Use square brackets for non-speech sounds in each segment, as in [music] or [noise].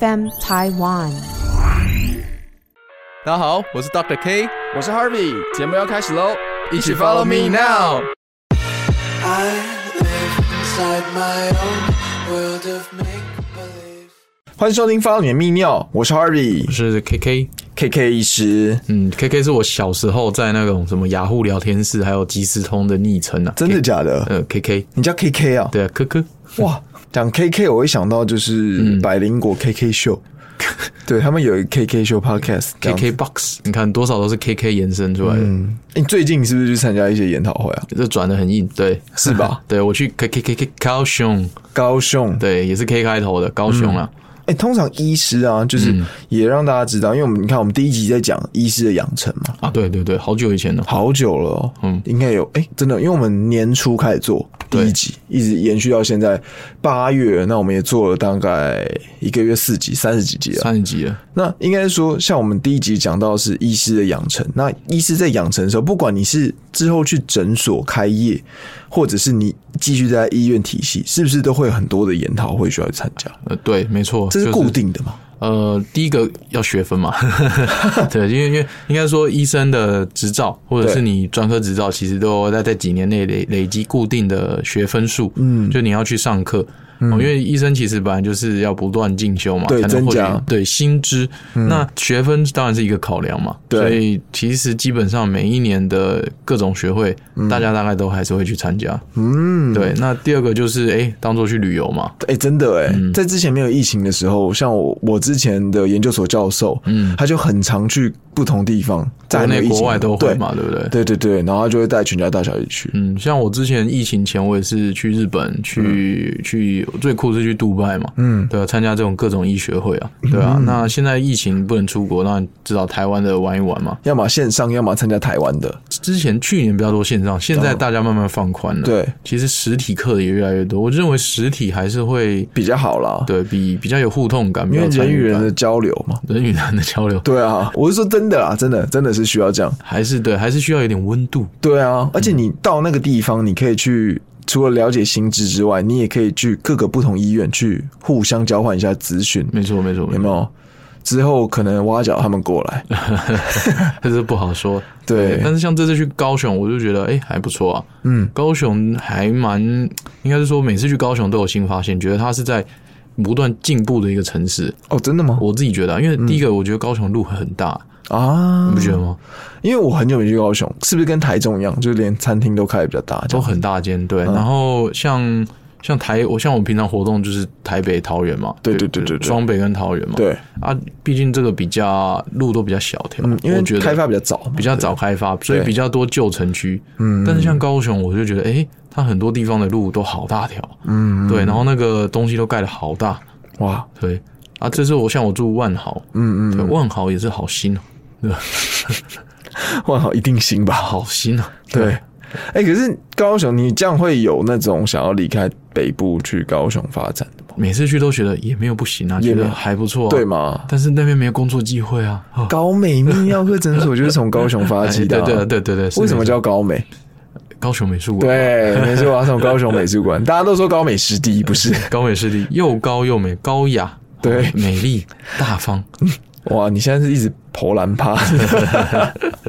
FM Taiwan。大家好，我是 Dr. K，我是 Harvey，节目要开始喽，一一起 follow me now。 I live inside my own world of make believe. 欢迎收听《follow 你的泌尿》，我是 Harvey 我是 KK， K K 医师，嗯，KK 是我小时候在那种什么雅虎聊天室还有即时通的昵称啊。真的 K- 假的？呃，KK，你叫 K K 啊？对啊，科科， [laughs] 哇，讲 K K 我会想到就是百灵果 K K [laughs] 秀，对他们有一个 K K 秀 podcast 这样子。 KK Box，你看多少都是 KK 延伸出来的，嗯，你最近是不是去参加一些研讨会啊？这转的很硬，对，是吧？对我去 KKKK 高雄，高雄，对，也是 K 开头的高雄啊，哎、通常医师啊，就是也让大家知道，因为我们你看我们第一集在讲医师的养成嘛，啊，对对对，好久以前了，好久了、哦，嗯嗯，应该有哎、真的，因为我们年初开始做第对一集，一直延续到现在八月，那我们也做了大概一个月四集，三十几集啊。三十集了，那应该说，像我们第一集讲到的是医师的养成，那医师在养成的时候，不管你是之后去诊所开业，或者是你继续在医院体系，是不是都会有很多的研讨会需要去参加？呃，对，没错，这是就固定的嘛？呃，第一个要学分嘛， [laughs] 对，因为因为应该说医生的执照或者是对你专科执照，其实都在在几年内累累积固定的学分数，嗯，就你要去上课。哦因为医生其实本来就是要不断进修嘛，嗯对才能获增取加嗯对薪资。那学分当然是一个考量嘛，对所以其实基本上每一年的各种学会，大家大概都还是会去参加。嗯，对，那第二个就是哎、诶当做去旅游嘛，哎、真的哎、嗯在之前没有疫情的时候，像我我之前的研究所教授，嗯，他就很常去不同地方，在国还没有内疫情国外都会对嘛，对不对？对对对，然后他就会带全家大小一起去，嗯，像我之前疫情前，我也是去日本，去、嗯去最酷是去杜拜嘛，嗯，对啊，参加这种各种医学会啊，嗯对啊。那现在疫情不能出国，那至少台湾的玩一玩嘛。要么线上，要么参加台湾的，之前去年比较多线上，现在大家慢慢放宽了。，啊对，其实实体课的也越来越多，我认为实体还是会比较好啦，对比比较有互动感，因为比较有参人与与人感的交流嘛，人与人的交流，对啊，我是说真的啦，真的真的是需要这样，还是对，还是需要有点温度。对啊，而且嗯你到那个地方，你可以去。除了了解薪资之外，你也可以去各个不同医院去互相交换一下资讯，没错，没错，没错，有没有？之后可能挖角他们过来， [laughs] 这是不好说。对但是像这次去高雄，我就觉得哎、诶还不错啊。嗯，高雄还蛮，应该是说每次去高雄都有新发现，觉得它是在不断进步的一个城市。哦，真的吗？我自己觉得啊、因为第一个我觉得高雄路很大，啊，你不觉得？吗？因为我很久没去高雄，是不是跟台中一样，就是连餐厅都开的比较大，都很大间，对。嗯然后像像台，我像我平常活动就是台北、桃园嘛，对对对对对双北跟桃园嘛，对，啊，毕竟这个比较路都比较小条，嗯，因为我觉得开发比较早嘛，比较早开发，所以对比较多旧城区。嗯但是像高雄，我就觉得，诶，它很多地方的路都好大条，嗯，对，然后那个东西都盖的好大，哇，对啊，这是我像我住万豪，嗯对，嗯，万豪也是好新哦，对吧，万豪一定行吧？好新啊，对，哎、可是高雄，你这样会有那种想要离开北部去高雄发展的吗？每次去都觉得也没有不行啊，也觉没有得还不错、啊，对？吗？但是那边没有工作机会啊，哦高美泌尿科诊所就是从高雄发 [laughs] 哎起对的、对啊，对对对对，是为什没么错叫高美？高雄美术馆？，对，没错啊，从高雄美术 [laughs] 馆，大家都说高美湿地，不是？高美湿地又高又美，高雅。哦对美丽大方，哇，你现在是一直投篮趴。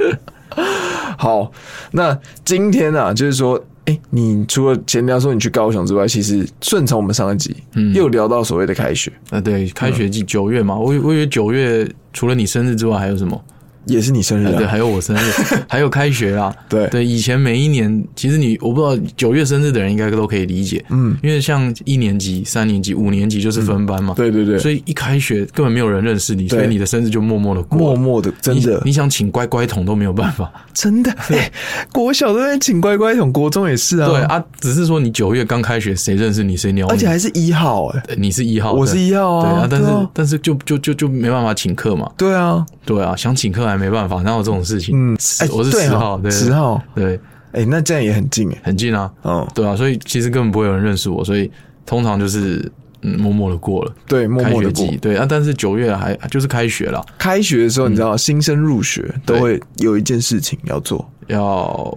[laughs] 好，那今天啊，就是说，哎、你除了前聊说你去高雄之外，其实顺从我们上一集，嗯又聊到所谓的开学，嗯啊，对，开学季九月嘛，我以我以为九月除了你生日之外还有什么？也是你生日哎对，啊，还有我生 [laughs] 日，还有开学啊啦。对对，以前每一年，其实你我不知道九月生日的人应该都可以理解，嗯，因为像一年级、三年级、五年级就是分班嘛，嗯对对对所以一开学根本没有人认识你，对所以你的生日就默默的过了，默默的，真的你你想请乖乖桶都没有办法，真的，哎，国小都在请乖乖桶，国中也是啊，对，啊，只是说你九月刚开学，谁认识你，谁鸟你，而且还是一号，哎，呃你是一号，我是对一号啊对啊，但对是啊但是就就就就没办法请客嘛，对啊，对啊，想请客还没办法，哪有这种事情？嗯十哎我是对十哦号，对十号，对，哎，那这样也很近哎，很近啊，嗯，对啊，所以其实根本不会有人认识我，所以通常就是嗯默默的过了。对，默默开的学过。季对啊，但是九月还就是开学了，开学的时候，你知嗯道新生入学对都会有一件事情要做，要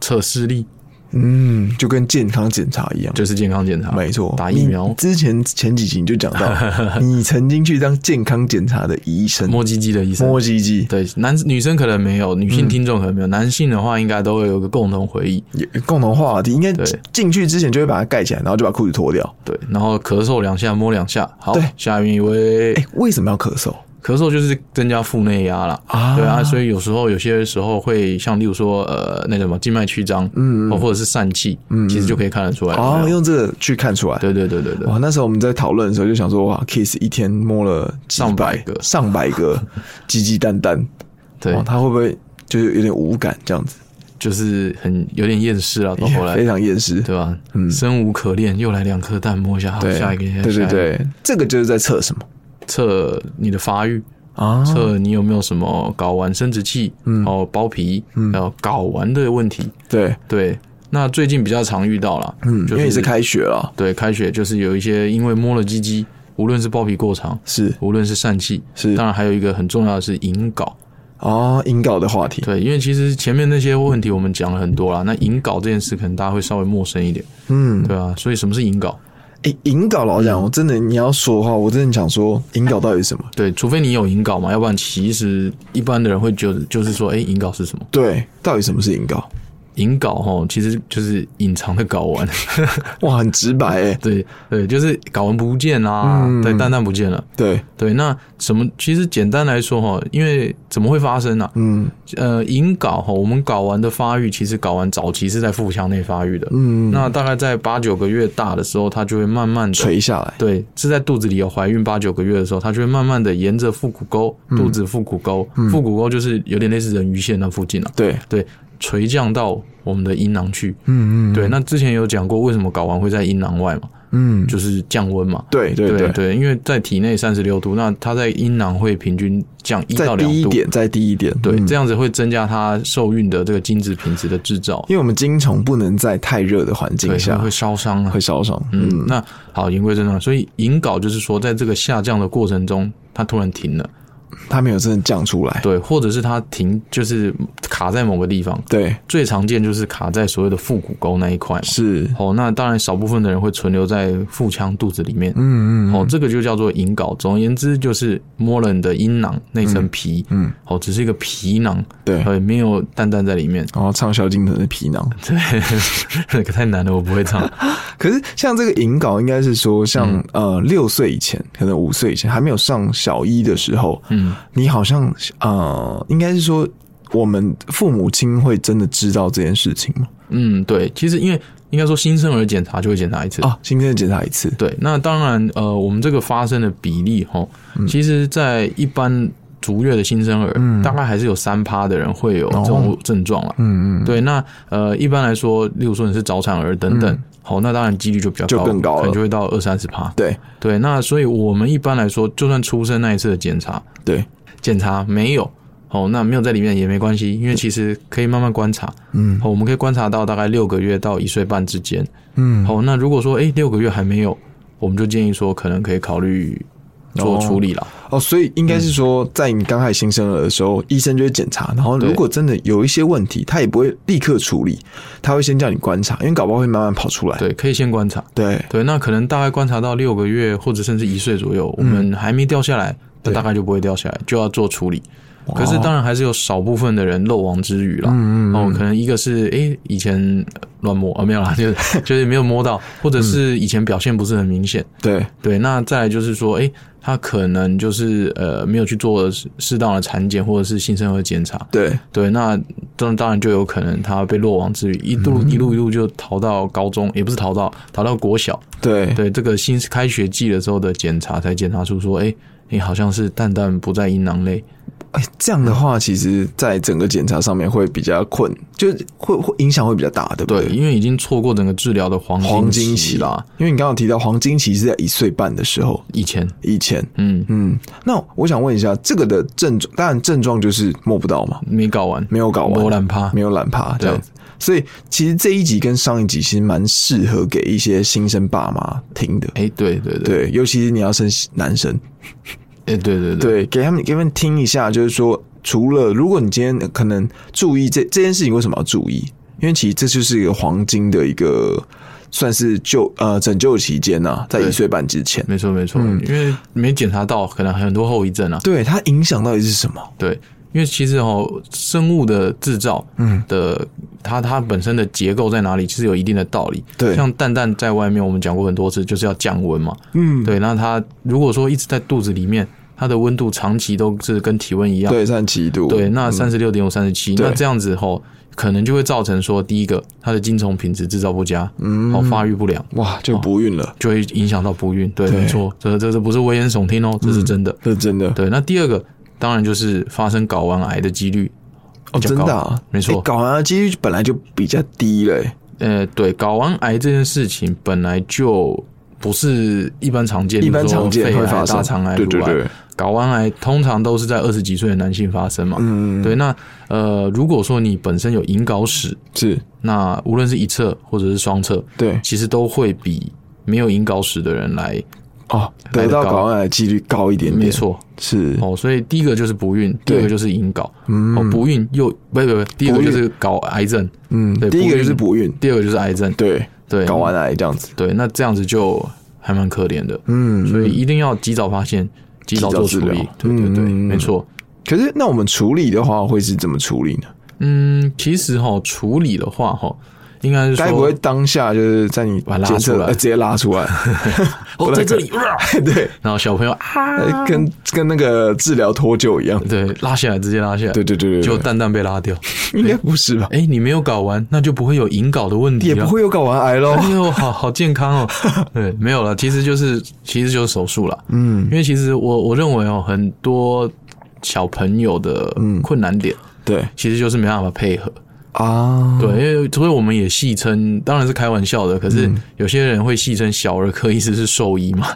测视力，嗯，就跟健康检查一样，就是健康检查，没错，打疫苗你，之前前几集你就讲 [laughs] 到，你曾经去当健康检查的医生，摸鸡鸡的医生，摸鸡鸡，对，男女生可能没有，女性听众可能没有，男性的话应该都会有个共同回忆，也共同话题，应该对进去之前就会把它盖起来，然后就把裤子脱掉。对，然后咳嗽两下，摸两下，好对，下面一位，哎、为什么要咳嗽？咳嗽就是增加腹内压啦。啊对啊，所以有时候有些时候会像例如说呃那叫什么静脉曲张，嗯，或者是疝气，嗯，其实就可以看得出来，有哦，没有用这个去看出来。对对对对对哇，，那时候我们在讨论的时候就想说，哇，Kiss 一天摸了几上百个上百个 [laughs] 鸡鸡蛋蛋，对哦哇，，他会不会就是有点无感这样子？就是很有点厌世啊，到后 [laughs] 来非，常厌世。对吧？生无可恋，又来两颗蛋摸一下，好，嗯对下一个，下一个对对，对，这个就是在测什么测你的发育，啊？测你有没有什么睾丸生殖器，嗯然后包皮，还有睾丸的问题。对，对，那最近比较常遇到啦，嗯，就因为是开学啊了，对开学就是有一些因为摸了鸡鸡，无论是包皮过长，是无论是疝气，是当然还有一个很重要的是隐睾。哦，引稿的话题，对，因为其实前面那些问题我们讲了很多啦，那隐睾这件事可能大家会稍微陌生一点，嗯，对啊，所以什么是隐睾？诶，引稿老实讲，我真的你要说的话，我真的想说引稿到底是什么？对，除非你有隐睾嘛，要不然其实一般的人会觉得就是说，哎，隐睾是什么？对，到底什么是引稿？隐睾哈，其实就是隐藏的睾丸。哇，很直白欸诶。 [laughs] 对对，就是睾丸不见啦，嗯对，蛋蛋不见了。对，对，那什么？其实简单来说哈，因为怎么会发生呢、嗯呃，隐睾哈，我们睾丸的发育，其实睾丸早期是在腹腔内发育的，嗯，那大概在八九个月大的时候，它就会慢慢垂的，下来，对，是在肚子里有怀孕八九个月的时候，它就会慢慢的沿着腹股沟、嗯肚子腹股沟、腹股沟就是有点类似人鱼线那附近了、对，对，垂降到我们的阴囊去。嗯嗯，对，那之前有讲过为什么睾丸会在阴囊外嘛，嗯，就是降温嘛。对对对对，对，因为在体内三十六度，那它在阴囊会平均降一到再两低一度，点，再低一点，对，嗯这样子会增加它受孕的这个精子品质的制造，因为我们精虫不能在太热的环对，境会下会烧伤啊会。烧伤，嗯，那好，言归正传，所以引睾就是说，在这个下降的过程中，它突然停了，它没有真的降出来，对，或者是它停，就是卡在某个地方，对，最常见就是卡在所谓的腹股沟那一块嘛。是，哦，那当然少部分的人会存留在腹腔肚子里面。嗯嗯，哦，这个就叫做隐睾。总而言之，就是摸了你的阴囊那层皮，嗯嗯，哦，只是一个皮囊，对，呃，没有蛋蛋在里 [laughs] 面。 [laughs] 然后唱萧敬腾的皮囊，对，那个太难了，我不会唱。 [laughs] 可是像这个引稿，应该是说像、呃六岁以前，可能五岁以前还没有上小一的时候，嗯，你好像呃，应该是说我们父母亲会真的知道这件事情吗？嗯，对，其实因为应该说新生儿检查就会检查一次。啊，今天检查一次，对，那当然，呃，我们这个发生的比例哈，嗯其实，在一般足月的新生儿，大概还是有三趴的人会有这种症状啦。哦嗯嗯，对，那呃，一般来说，例如说你是早产儿等等，好，那当然几率就比较高，嗯就更高了可能就会到二三十趴。对对，那所以我们一般来说，就算出生那一次的检查，对，检查没有，哦，那没有在里面也没关系，因为其实可以慢慢观察，嗯哦，我们可以观察到大概六个月到一岁半之间，嗯，哦，那如果说诶六个月还没有，我们就建议说可能可以考虑做处理啦，哦，所以应该是说，在你刚开始新生儿的时候，医生就会检查，然嗯后对如果真的有一些问题，他也不会立刻处理，他会先叫你观察，因为搞不好会慢慢跑出来。对，可以先观察，对对，那可能大概观察到六个月或者甚至一岁左右，我们还没掉下来，那嗯对哦大概就不会掉下来，就要做处理。可是当然还是有少部分的人漏网之鱼啦。嗯嗯哦，可能一个是诶、以前乱摸啊没有啦， [laughs] 就是就是没有摸 [laughs] 到，或者是以前表现不是很明显。对，对，那再来就是说，诶、他可能就是呃没有去做适适当的产检或者是新生儿检查。对，对，那当当然就有可能他被落网之鱼，一嗯路一路一路就逃到高中，也不是逃到逃到国小。对，对，这个新开学季的时候的检查才检查出说，诶，你好像是蛋蛋不在阴囊内。哎，这样的话，其实在整个检查上面会比较困，就是会会影响会比较大，对不对，因为已经错过整个治疗的黄黄金期期啦。，因为你刚刚有提到黄金期是在一岁半的时候以前，以前。嗯，嗯，那我想问一下，这个的症状，当然症状就是摸不到嘛，没搞完，没有搞完，波兰趴，没有懒趴这样子。所以其实这一集跟上一集其实蛮适合给一些新生爸妈听的，哎、对对对，对，尤其是你要生男生，哎、对对对，对，给他们给他们听一下，就是说，除了如果你今天可能注意这这件事情，为什么要注意？因为其实这就是一个黄金的一个算是救呃拯救期间呐、啊在对一岁半之前，没错没错，嗯因为没检查到，可能很多后遗症啊。对它影响到底是什么？对，因为其实哦，生物的制造，嗯的它它本身的结构在哪里，其实有一定的道理。对像蛋蛋在外面，我们讲过很多次，就是要降温嘛。嗯，对，那它如果说一直在肚子里面，它的温度长期都是跟体温一样。对，三七度，对，那三十六点五、三十七，对那这样子吼，可能就会造成说，第一个它的精虫品质制造不佳，嗯哦，发育不良，哇就不孕了，就会影响到不孕。对，对嗯没错，这这这不是危言耸听哦，这是真的。这真的对，那第二个当然就是发生睾丸癌的几率比哦，较真高的、啊，没错诶睾丸的几率本来就比较低嘞、呃，对，睾丸癌这件事情本来就不是一般常见，一般比如说常见肺会癌发生大肠癌、对对乳癌对睾丸癌通常都是在二十几岁的男性发生嘛。嗯对，那呃，如果说你本身有隐睾史，是，那无论是一侧或者是双侧，对其实都会比没有隐睾史的人来，哦，来得得到高睾丸癌的几率高一点点，没，错。是哦，所以第一个就是不孕，第对二个就是隐睾。嗯哦，不孕又不不不，第一个不就孕是搞癌症，嗯对，第一不个孕就是不孕，第二个就是癌症。对，对，睾丸癌这样子，对，那这样子就还蛮可怜的。嗯，所以一定要及早发现，及早做处及早治理疗。对对对，嗯嗯嗯没错。可是那我们处理的话会是怎么处理呢？嗯，其实哈，处理的话哈，应该是说该不会当下就是在你把它拉检测出来呃直接拉 [laughs] 出来？哦在这里，对， [laughs] 然后小朋友啊，呃跟跟那个治疗脱臼一样。对，拉下来直接拉下来，对对对对对就蛋蛋被拉掉。应该不是吧？哎，你没有搞完，那就不会有引搞的问题，啊也不。会有睾丸癌喽。哎呦，好好健康哦！对，没有了，其实就是其实就是手术了。嗯因，为其实我我认为哦，很多小朋友的嗯困难点对其实就是没办法配合。啊，对，因为所以我们也戏称，当然是开玩笑的。可嗯是有些人会戏称小儿科医师是兽医嘛，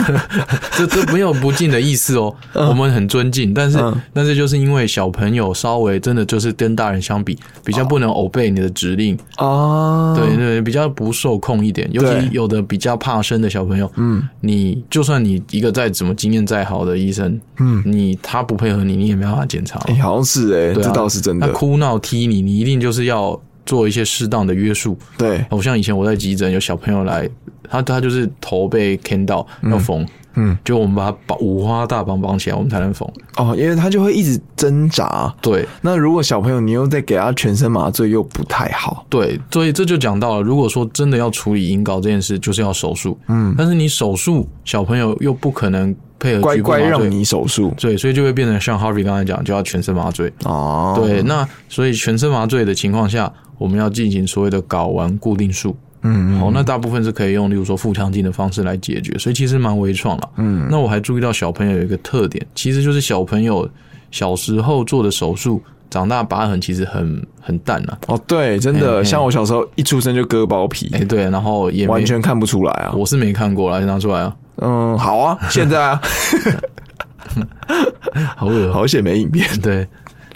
[laughs] 这这没有不敬的意思哦。我们很尊敬，但是、嗯但是就是因为小朋友稍微真的就是跟大人相比，比哦较不能偶背你的指令，啊，对对，比较不受控一点。尤对其有的比较怕生的小朋友，嗯，你就算你一个再怎么经验再好的医生，嗯你他不配合你，你也没办法检查嘛。哎，好像是哎，对啊这倒是真他的。哭闹踢你，你一定就是要做一些适当的约束。对，哦，像以前我在急诊有小朋友来，他他就是头被 can 到要缝，嗯，就我们把他绑五花大绑绑起来，我们才能缝。哦，因为他就会一直挣扎。对那如果小朋友你又再给他全身麻醉，又不太好。对，所以这就讲到了，如果说真的要处理引睾这件事，就是要手术。嗯，但是你手术，小朋友又不可能配合乖呃局部乖麻醉让你手术对，所以就会变成像 Harvey 刚才讲，就要全身麻醉。哦，对，，那所以全身麻醉的情况下，我们要进行所谓的睾丸固定术。嗯，好，那大部分是可以用，例如说腹腔镜的方式来解决，所以其实蛮微创了。嗯，那我还注意到小朋友有一个特点，其实就是小朋友小时候做的手术，长大疤痕其实很很淡啊。哦，对，真嘿的，嘿像我小时候一出生就割包皮哎、，对，然后也没完全看不出来啊。我是没看过啦，拿出来啊，嗯，好啊， [laughs] 现在啊，好恶好好险没影片。 [laughs] 对，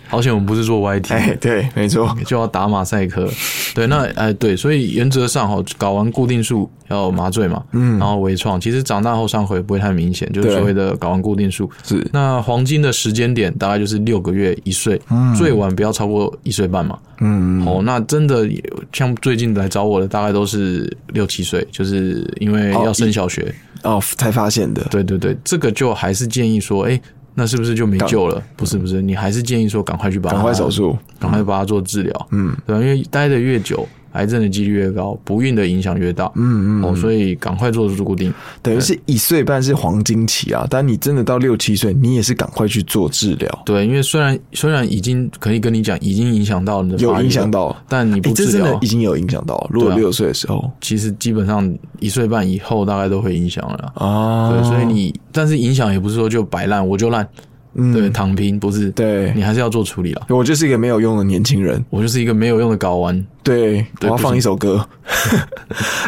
好险我们不是做 YT，、哎，对，没错，就要打马赛克。对，那哎、对，所以原则上哈，搞完固定术要麻醉嘛，嗯然后微创，其实长大后伤口也不会太明显，就是对所谓的搞完固定术。是那黄金的时间点大概就是六个月一岁，最晚不要超过一岁半嘛。嗯，哦，那真的也像最近来找我的大概都是六七岁，就是因为哦要一升小学。哦，才发现的，对对对，这个就还是建议说，哎、那是不是就没救了？不是不是，你还是建议说赶快去把它赶快手术，赶快把它做治疗，嗯，对吧？因为待的越久，癌症的几率越高，不孕的影响越大，嗯嗯哦，所以赶快做出固定。等于是一岁半是黄金期啊，但你真的到六七岁，你也是赶快去做治疗，对，因为虽然虽然已经可以跟你讲，已经影响到你的发育有了影响，到。但你哎、不这治真的疗已，经有影响到了。如果对啊六岁的时候其实基本上一岁半以后大概都会影响了啦。啊，对，所以你但是影响也不是说就摆烂我就烂，嗯对，躺平不是，对你还是要做处理啦。我就是一个没有用的年轻人。我就是一个没有用的睾丸，对，我对要不放是一首歌。 [laughs]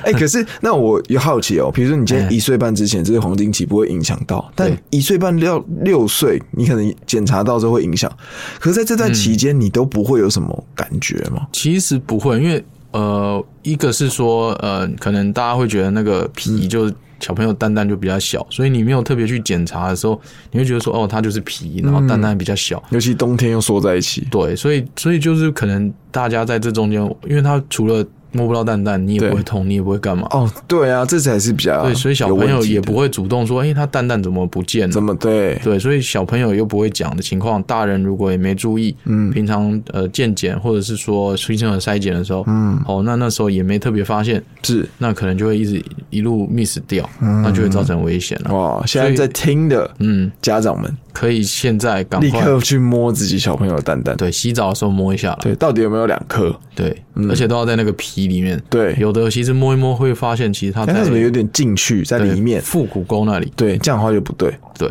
哎、可是那我也好奇哦，比如说你今天哎一岁半之前这是黄金期，不会影响到，但对一岁半到六岁，你可能检查到之后会影响。可是在这段期间，你都不会有什么感觉吗？其实不会，因为呃，一个是说呃，可能大家会觉得那个嗯皮就小朋友蛋蛋就比较小，所以你没有特别去检查的时候，你会觉得说哦，它就是皮，然嗯后蛋蛋比较小。尤其冬天又缩在一起，对，所以所以就是可能大家在这中间，因为它除了摸不到蛋蛋，你也对不会痛，你也不会干嘛。哦，对啊，这才是比较对，所以小朋有问友题的也不会主动说，哎、它蛋蛋怎么不见了怎？么对对，所以小朋友又不会讲的情况，大人如果也没注意，嗯，平常呃健检或者是说新生儿筛检的时候，嗯，哦，那那时候也没特别发现，是那可能就会一直一路 miss 掉，嗯那就会造成危险了。哇，现在所以在听的嗯，家长们可以现在赶立快刻去摸自己小朋友的蛋蛋，对啊洗澡的时候摸一下了，对，到嗯底有没有两颗？对，而且都要在那个皮里面，对有的其实摸一摸会发现，其实它但在它怎么有点进去在对里面？腹股沟那里，对，这样的话就不对。对，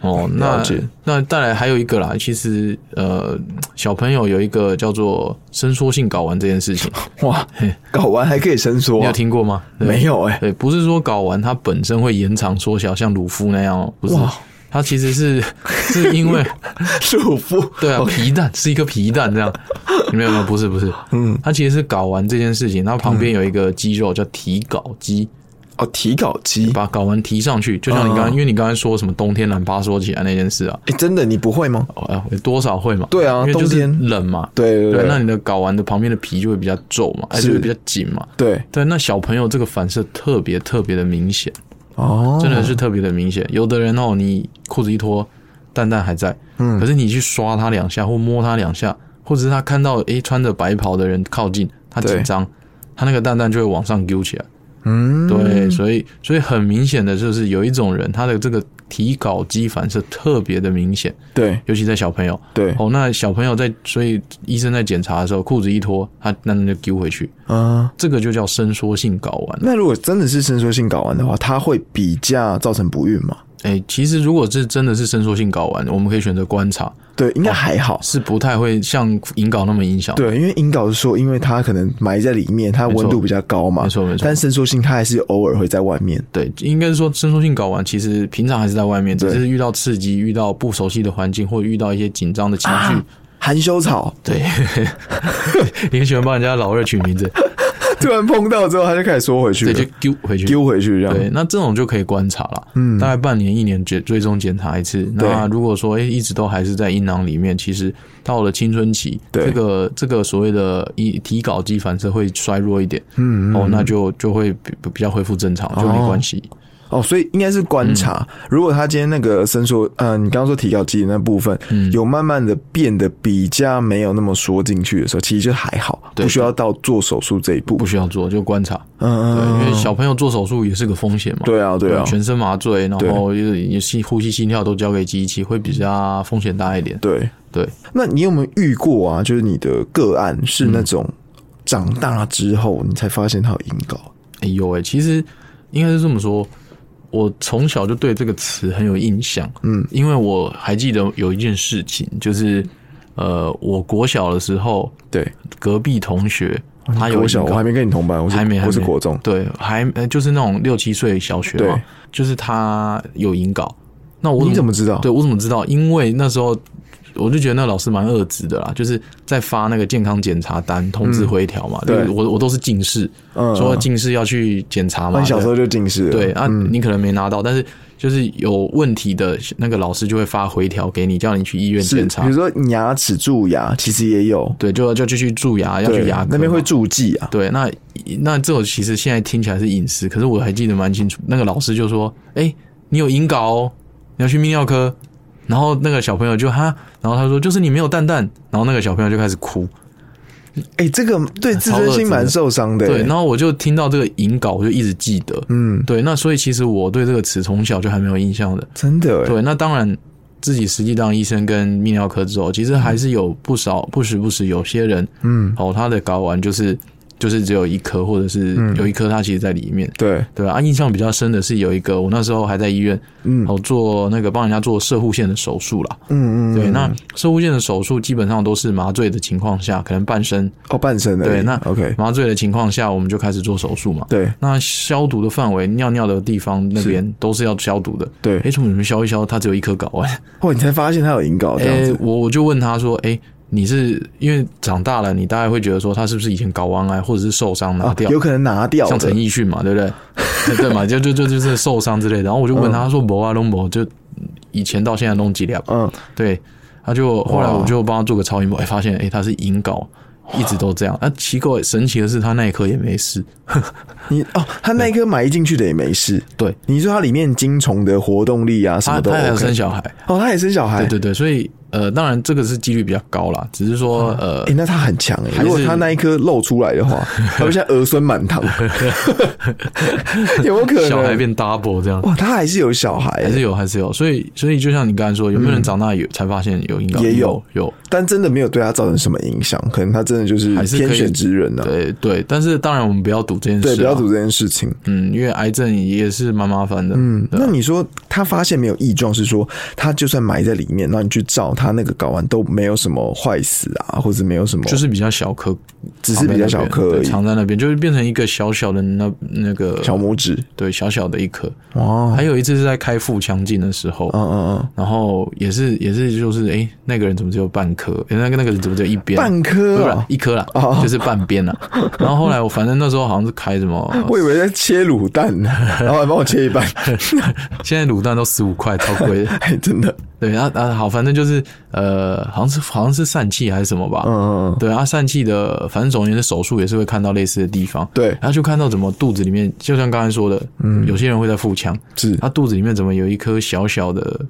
哦，了那解那再来还有一个啦，其实呃，小朋友有一个叫做伸缩性睾丸这件事情， [laughs] 哇，睾丸还可以伸缩、啊？你有听过吗？对没有哎、对，不是说睾丸它本身会延长缩小，像乳夫那样哦，不是哇，它其实是是因 [laughs] 为束缚。对啊，皮蛋是一个皮蛋这样，没有没有，不是不是，嗯，它其实是睾丸这件事情，它旁边有一个肌肉叫提睾肌，哦，提睾肌。把睾丸提上去，就像你刚刚，嗯因为你刚才说什么冬天懒趴缩起来那件事啊，哎、真的你不会吗？呃，多少会嘛？对啊因为就冬是天冷嘛，对对对对，那你的睾丸的旁边的皮就会比较皱嘛，还是是会比较紧嘛？对对，那小朋友这个反射特别特别的明显，哦，真的是特别的明显。有的人哦，你裤子一脱，蛋蛋还在，嗯可是你去刷它两下或摸它两下，或者是他看到诶穿着白袍的人靠近，他对紧张，他那个蛋蛋就会往上揪起来。嗯，对，所以所以很明显的就是有一种人，他的这个提睾肌反射特别的明显，对尤其在小朋友。对，哦，那小朋友在，所以医生在检查的时候，裤子一脱，他那就丢回去，啊、这个就叫伸缩性睾丸。那如果真的是伸缩性睾丸的话，它会比较造成不孕吗？哎、其实如果是真的是伸缩性睾丸，我们可以选择观察，对，哦应该还好。是不太会像引睾那么影响。，对，因为阴睾是说，因为它可能埋在里面，它没错温度比较高嘛，没错没错但伸缩性它还是偶尔会在外面。对，应该是说伸缩性睾丸其实平常还是在外面，只对是遇到刺激、遇到不熟悉的环境或遇到一些紧张的情啊绪。含羞草 [laughs] 对，你很喜欢帮人家老二取名字，突然碰到之后，它就开始缩回去对，了，就丢回去，丢回去这对，样。那这种就可以观察了，嗯，大概半年一年追追踪检查一次。那如果说诶、一直都还是在阴囊里面，其实到了青春期，对这个这个所谓的一提睾肌反射会衰弱一点，嗯哦，那就就会比比较恢复正常，就没关系。哦，所以应该是观察，嗯如果他今天那个伸缩，嗯、你刚刚说提高肌的那部分，嗯有慢慢的变得比较没有那么缩进去的时候，其实就还好，对不需要到做手术这一步不。需要做，就观察。对，嗯因为小朋友做手术也是个风险嘛。对啊，对啊，全身麻醉，然对后也也是呼吸心跳都交给机器，会比较风险大一点。对。对，那你有没有遇过啊？就是你的个案是那种长大之后你才发现他有阴睾？哎呦哎，其实应该是这么说，我从小就对这个词很有印象，嗯，因为我还记得有一件事情，就是呃，我国小的时候，对，隔壁同学他有哦国一小我个。还没跟你同班，我是还没，还没我是国中，对，还呃就是那种六七岁小学嘛对，就是他有引稿，那我你怎么知道对我怎么知道？因为那时候我就觉得那老师蛮恶质的啦，就是在发那个健康检查单通知回条嘛，嗯对就是我我都是近视，嗯哦说近视要去检查嘛，那你小时候嗯对就近视了，对啊，你可能没拿到，但是就是有问题的那个老师就会发回条给你，叫你去医院是，检比查如。说你牙齿蛀牙，其实也有，对，就就就去蛀牙，要对，去牙科那边嘛会注记啊，对，那那这种其实现在听起来是隐私，可是我还记得蛮清楚。那个老师就说：“哎、你有隐睾哦，你要去泌尿科。”然后那个小朋友就哈，然后他说就是你没有蛋蛋，然后那个小朋友就开始哭，哎、这个对自尊心蛮受伤的、欸对，然后我就听到这个引稿，我就一直记得，嗯，对，那所以其实我对这个词从小就还没有印象的，真的、欸，对，那当然自己实际当医生跟泌尿科之后，其实还是有不少不时不时有些人，嗯，哦，他的睾丸就是就是只有一颗，或者是嗯有一颗它其实在里面，对，对啊，印象比较深的是有一个，我那时候还在医院，嗯哦，做那个帮人家做射护线的手术啦。嗯嗯，对，嗯那射护线的手术基本上都是麻醉的情况下，可能半身哦半身的，对那 OK，麻醉的情况下，我们就开始做手术嘛。对那消毒的范围，尿尿的地方那边都是要消毒的。对，诶，怎么你们消一消，它只有一颗睾丸？哦，你才发现他有引稿这样诶，子，我我就问他说，诶，你是因为长大了，你大概会觉得说他是不是以前睾丸癌或者是受伤拿啊，掉？有可能拿掉像陈的，奕迅嘛，对不 [laughs] 对？对嘛，就就就就是受伤之类的。然后我就问他，他说博啊龙博，就以前到现在弄几两，嗯，对，他就后来我就帮他做个超音波，哎，发现哎他是隐睾，一直都这样。啊，奇怪，神奇的是他那一刻也没事，你哦，他那一颗埋进去的也没事，对，你说它里面精虫的活动力啊什他么都他还有 OK，生小孩，哦，他也生小孩，对对对，所以呃，当然这个是几率比较高啦，只是说呃哎、，那他很强哎、还是如果他那一颗露出来 [laughs] 的话，他会像儿孙满堂，有没有可能？小孩变 double 这样。哇，他还是有小孩、还是有，还是有，所以所以就像你刚才说，有没有人长大有才发现有阴睾？嗯也有有有，但真的没有对他造成什么影响，可能他真的就是还是可以天选之人呢、啊。对对，但是当然我们不要赌这件事、啊，对，不要赌这件事情。嗯，因为癌症也是蛮麻烦的，嗯，对啊那你说他发现没有异状，是说他就算埋在里面，那你去照他那个睾丸都没有什么坏死啊，或者没有什么，就是比较小颗，只是比较小颗而对已，藏在那边，就是变成一个小小的那那个小哦拇指。对小小的一颗。哇，还有一次是在开腹腔镜的时候，嗯嗯然后也是也是就是诶，那个人怎么只有半颗？诶那个那个人怎么只有一嗯，边？半不颗是啊，一颗啦哦，就是半边 [laughs] 啦。然后后来我反正那时候好像是开什么，我以为在切 [laughs] 卤蛋呢，老板帮我切一半，现在卤蛋都十五块，超 [laughs] 贵的。哎，真的，对，然后啊好，反正就是呃，好像是好像是疝气还是什么吧，嗯嗯嗯，对啊，疝气的，反正总而言之，手术也是会看到类似的地方。对然后就看到怎么肚子里面，就像刚才说的，嗯，有些人会在腹腔，是他肚子里面怎么有一颗小小的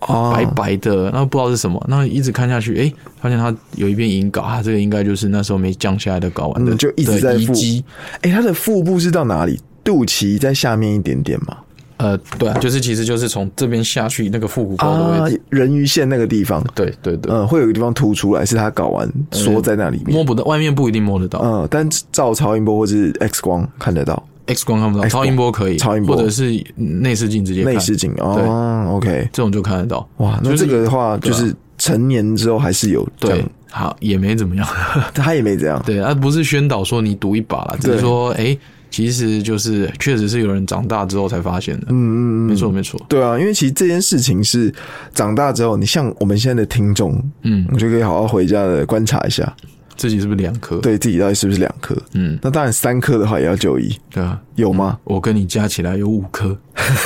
啊白白的，那不知道是什么，那一直看下去，诶，发现他有一边隐睾，啊，这个应该就是那时候没降下来的睾丸的，嗯就一直的在遗腹迹。哎、他的腹部是到哪里？肚脐在下面一点点嘛，呃，对啊、就是其实就是从这边下去那个腹股沟的位置，，啊人鱼线那个地方，对对对，嗯，会有一个地方凸出来，是他睾丸缩在那里面，摸不到，外面不一定摸得到。嗯，但照超音波或是 X 光看得到 X 光看不到， X 光超音波可以，超音波或者是内视镜直接看，内视镜对哦，OK，这种就看得到。哇，那就是这个的话对就啊是成年之后还是有这对样，，好也没怎么样。 [laughs] 他也没这样，对，啊，不是宣导说你赌一把啦，只对是说，哎、其实就是确实是有人长大之后才发现的。嗯嗯嗯，没错没错。对啊，因为其实这件事情是长大之后，你像我们现在的听众，嗯，我就可以好好回家的观察一下，自己是不是两颗？，对自己到底是不是两颗，嗯，那当然三颗的话也要就医，对啊，有吗？我跟你加起来有五颗， [laughs]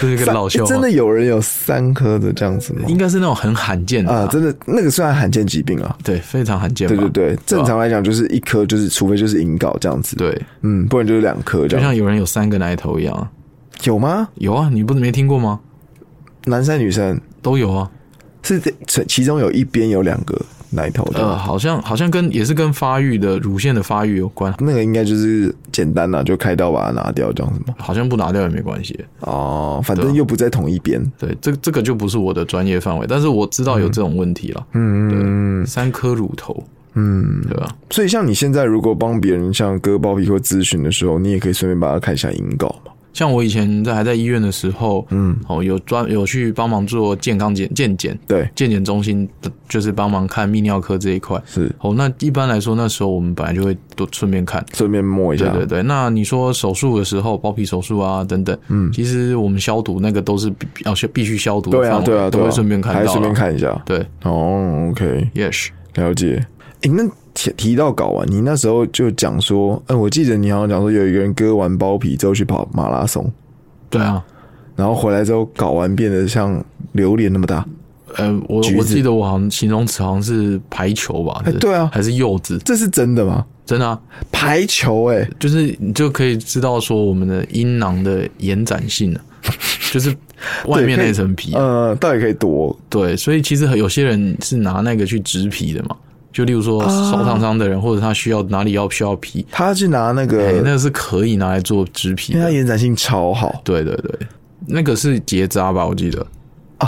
这是一个三老笑话。真的有人有三颗的这样子吗？应该是那种很罕见的啊，真的的那个算罕见疾病啊。对，非常罕见吧。对对对，正常吧来讲就是一颗，就是除非就是引睾这样子。，对，嗯，不然就是两颗这就样。像有人有三个奶头一样啊。有吗？有啊，你不是没听过吗？男生女生都有啊。是这其其中有一边有两个奶头的，呃，好像好像跟也是跟发育的乳腺的发育有关，那个应该就是简单啦，就开刀把它拿掉这样子嘛。好像不拿掉也没关系。哦，反对正啊又不在同一边。对，这这个就不是我的专业范围，但是我知道有这种问题了。嗯，对，三颗乳头，嗯，对吧？所以像你现在如果帮别人像割包皮或咨询的时候，你也可以顺便帮他看一下引睾嘛。像我以前在还在医院的时候，嗯，哦，有专有去帮忙做健康检健检，对，健检中心的就是帮忙看泌尿科这一块。是哦，那一般来说那时候我们本来就会都顺便看。顺便摸一对下。对对，那你说手术的时候，包皮手术啊等等，嗯，其实我们消毒那个都是必要消必须消毒的对范啊围，对啊，都对啊会顺便看到还啦，顺便看一下。对哦，OK， ，yes，了解。诶，那提提到睾丸，你那时候就讲说，嗯、我记得你好像讲说有一个人割完包皮之后去跑马拉松，对啊，然后回来之后睾丸变得像榴莲那么大，呃，我橘子我记得我好像形容词好像是排球吧，哎对啊还是柚子，这是真的吗？真的、啊，排球诶，欸就是你就可以知道说我们的阴囊的延展性、啊， [laughs] 就是外面那层皮。啊呃，到底可以多对，所以其实有些人是拿那个去植皮的嘛，就例如说啊手烫伤的人，或者他需要哪里要需要皮，他去拿那哎、个，那是可以拿来做植皮因为他的。延展性超好。对对对，那个是结扎吧，我记得。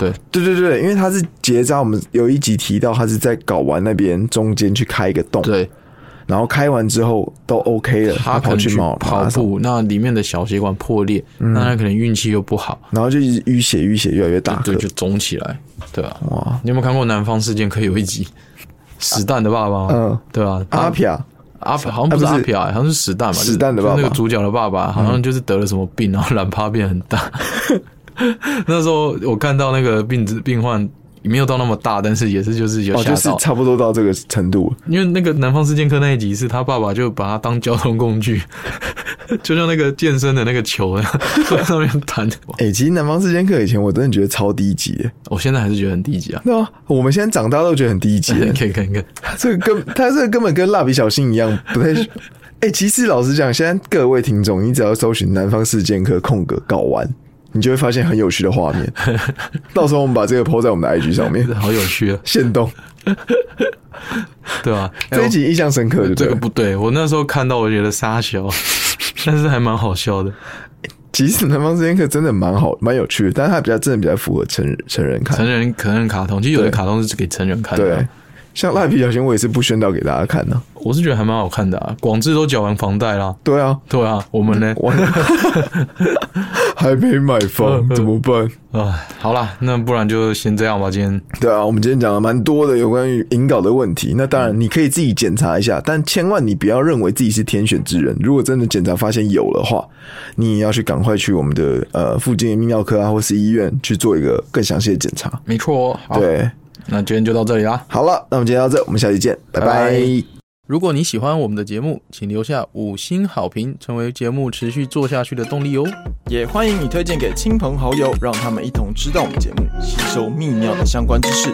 对对对对，因为他是结扎，我们有一集提到他是在睾丸那边中间去开一个洞，对，然后开完之后都 OK 了，他可跑能去去跑跑，步，那里面的小血管破裂，嗯那他可能运气又不好，然后就一直淤血淤血越来越大对，颗就肿起来，对啊。哇，啊你有没有看过《南方事件》？可以有一集史蛋的爸爸，嗯对啊，阿他撇阿飘好像不是啊阿不是飘、好像是史蛋嘛，就是史蛋的爸爸嗯就是那个主角的爸爸，好像就是得了什么病，然后懒趴变很 [laughs] 大。那时候我看到那个病子病患没有到那么大，但是也是就是有哦，吓就是到，差不多到这个程 [laughs] 度了，因为那个南方四剑客那一集是他爸爸就把他当交通工具， [laughs] 就像那个健身的那个球那样 [laughs] 在上面弹。哎、其实南方四剑客以前我真的觉得超低级的，我现在还是觉得很低级啊 [laughs] ，那、我们现在长大都觉得很低级 [laughs] 了你，可以看一看，他这个根他这个根本跟蜡笔小新一样 [laughs] 不太。哎、其实老实讲，现在各位听众，你只要搜寻“南方四剑客”空格睾丸，你就会发现很有趣的 [laughs] 画面。到时候我们把这个 PO 在我们的 IG 上面，好有趣啊，现动对吧、哎 [laughs] 这一集印象深刻我对这对个不对，我那时候看到我觉得傻笑， [laughs] 但是还蛮好笑 [laughs] 的。其实《南方四剑客》真的蛮好，蛮有趣的，但是它比较真的比较符合成人成 [laughs] 人看成。人成人卡通，其实有的对卡通是给成人看的啊、对，像蜡笔小新，我也是不宣导给大家看的、啊我是觉得还蛮好看的啊。广志都缴完房贷啦，对啊，对啊，我们呢？我还没买 [laughs] 房怎么办？啊，好啦，那不然就先这样吧，今天对啊，我们今天讲了蛮多的有关于引导的问题。那当然，你可以自己检查一下，但千万你不要认为自己是天选之人。如果真的检查发现有的话，你也要去赶快去我们的呃附近的泌尿科啊，或是医院去做一个更详细的检查。没错、哦。好，对，那今天就到这里啦。好了，那我们今天到这，我们下期见，拜拜拜拜如果你喜欢我们的节目，请留下五星好评，成为节目持续做下去的动力哦。也欢迎你推荐给亲朋好友，让他们一同知道我们节目，吸收泌尿的相关知识。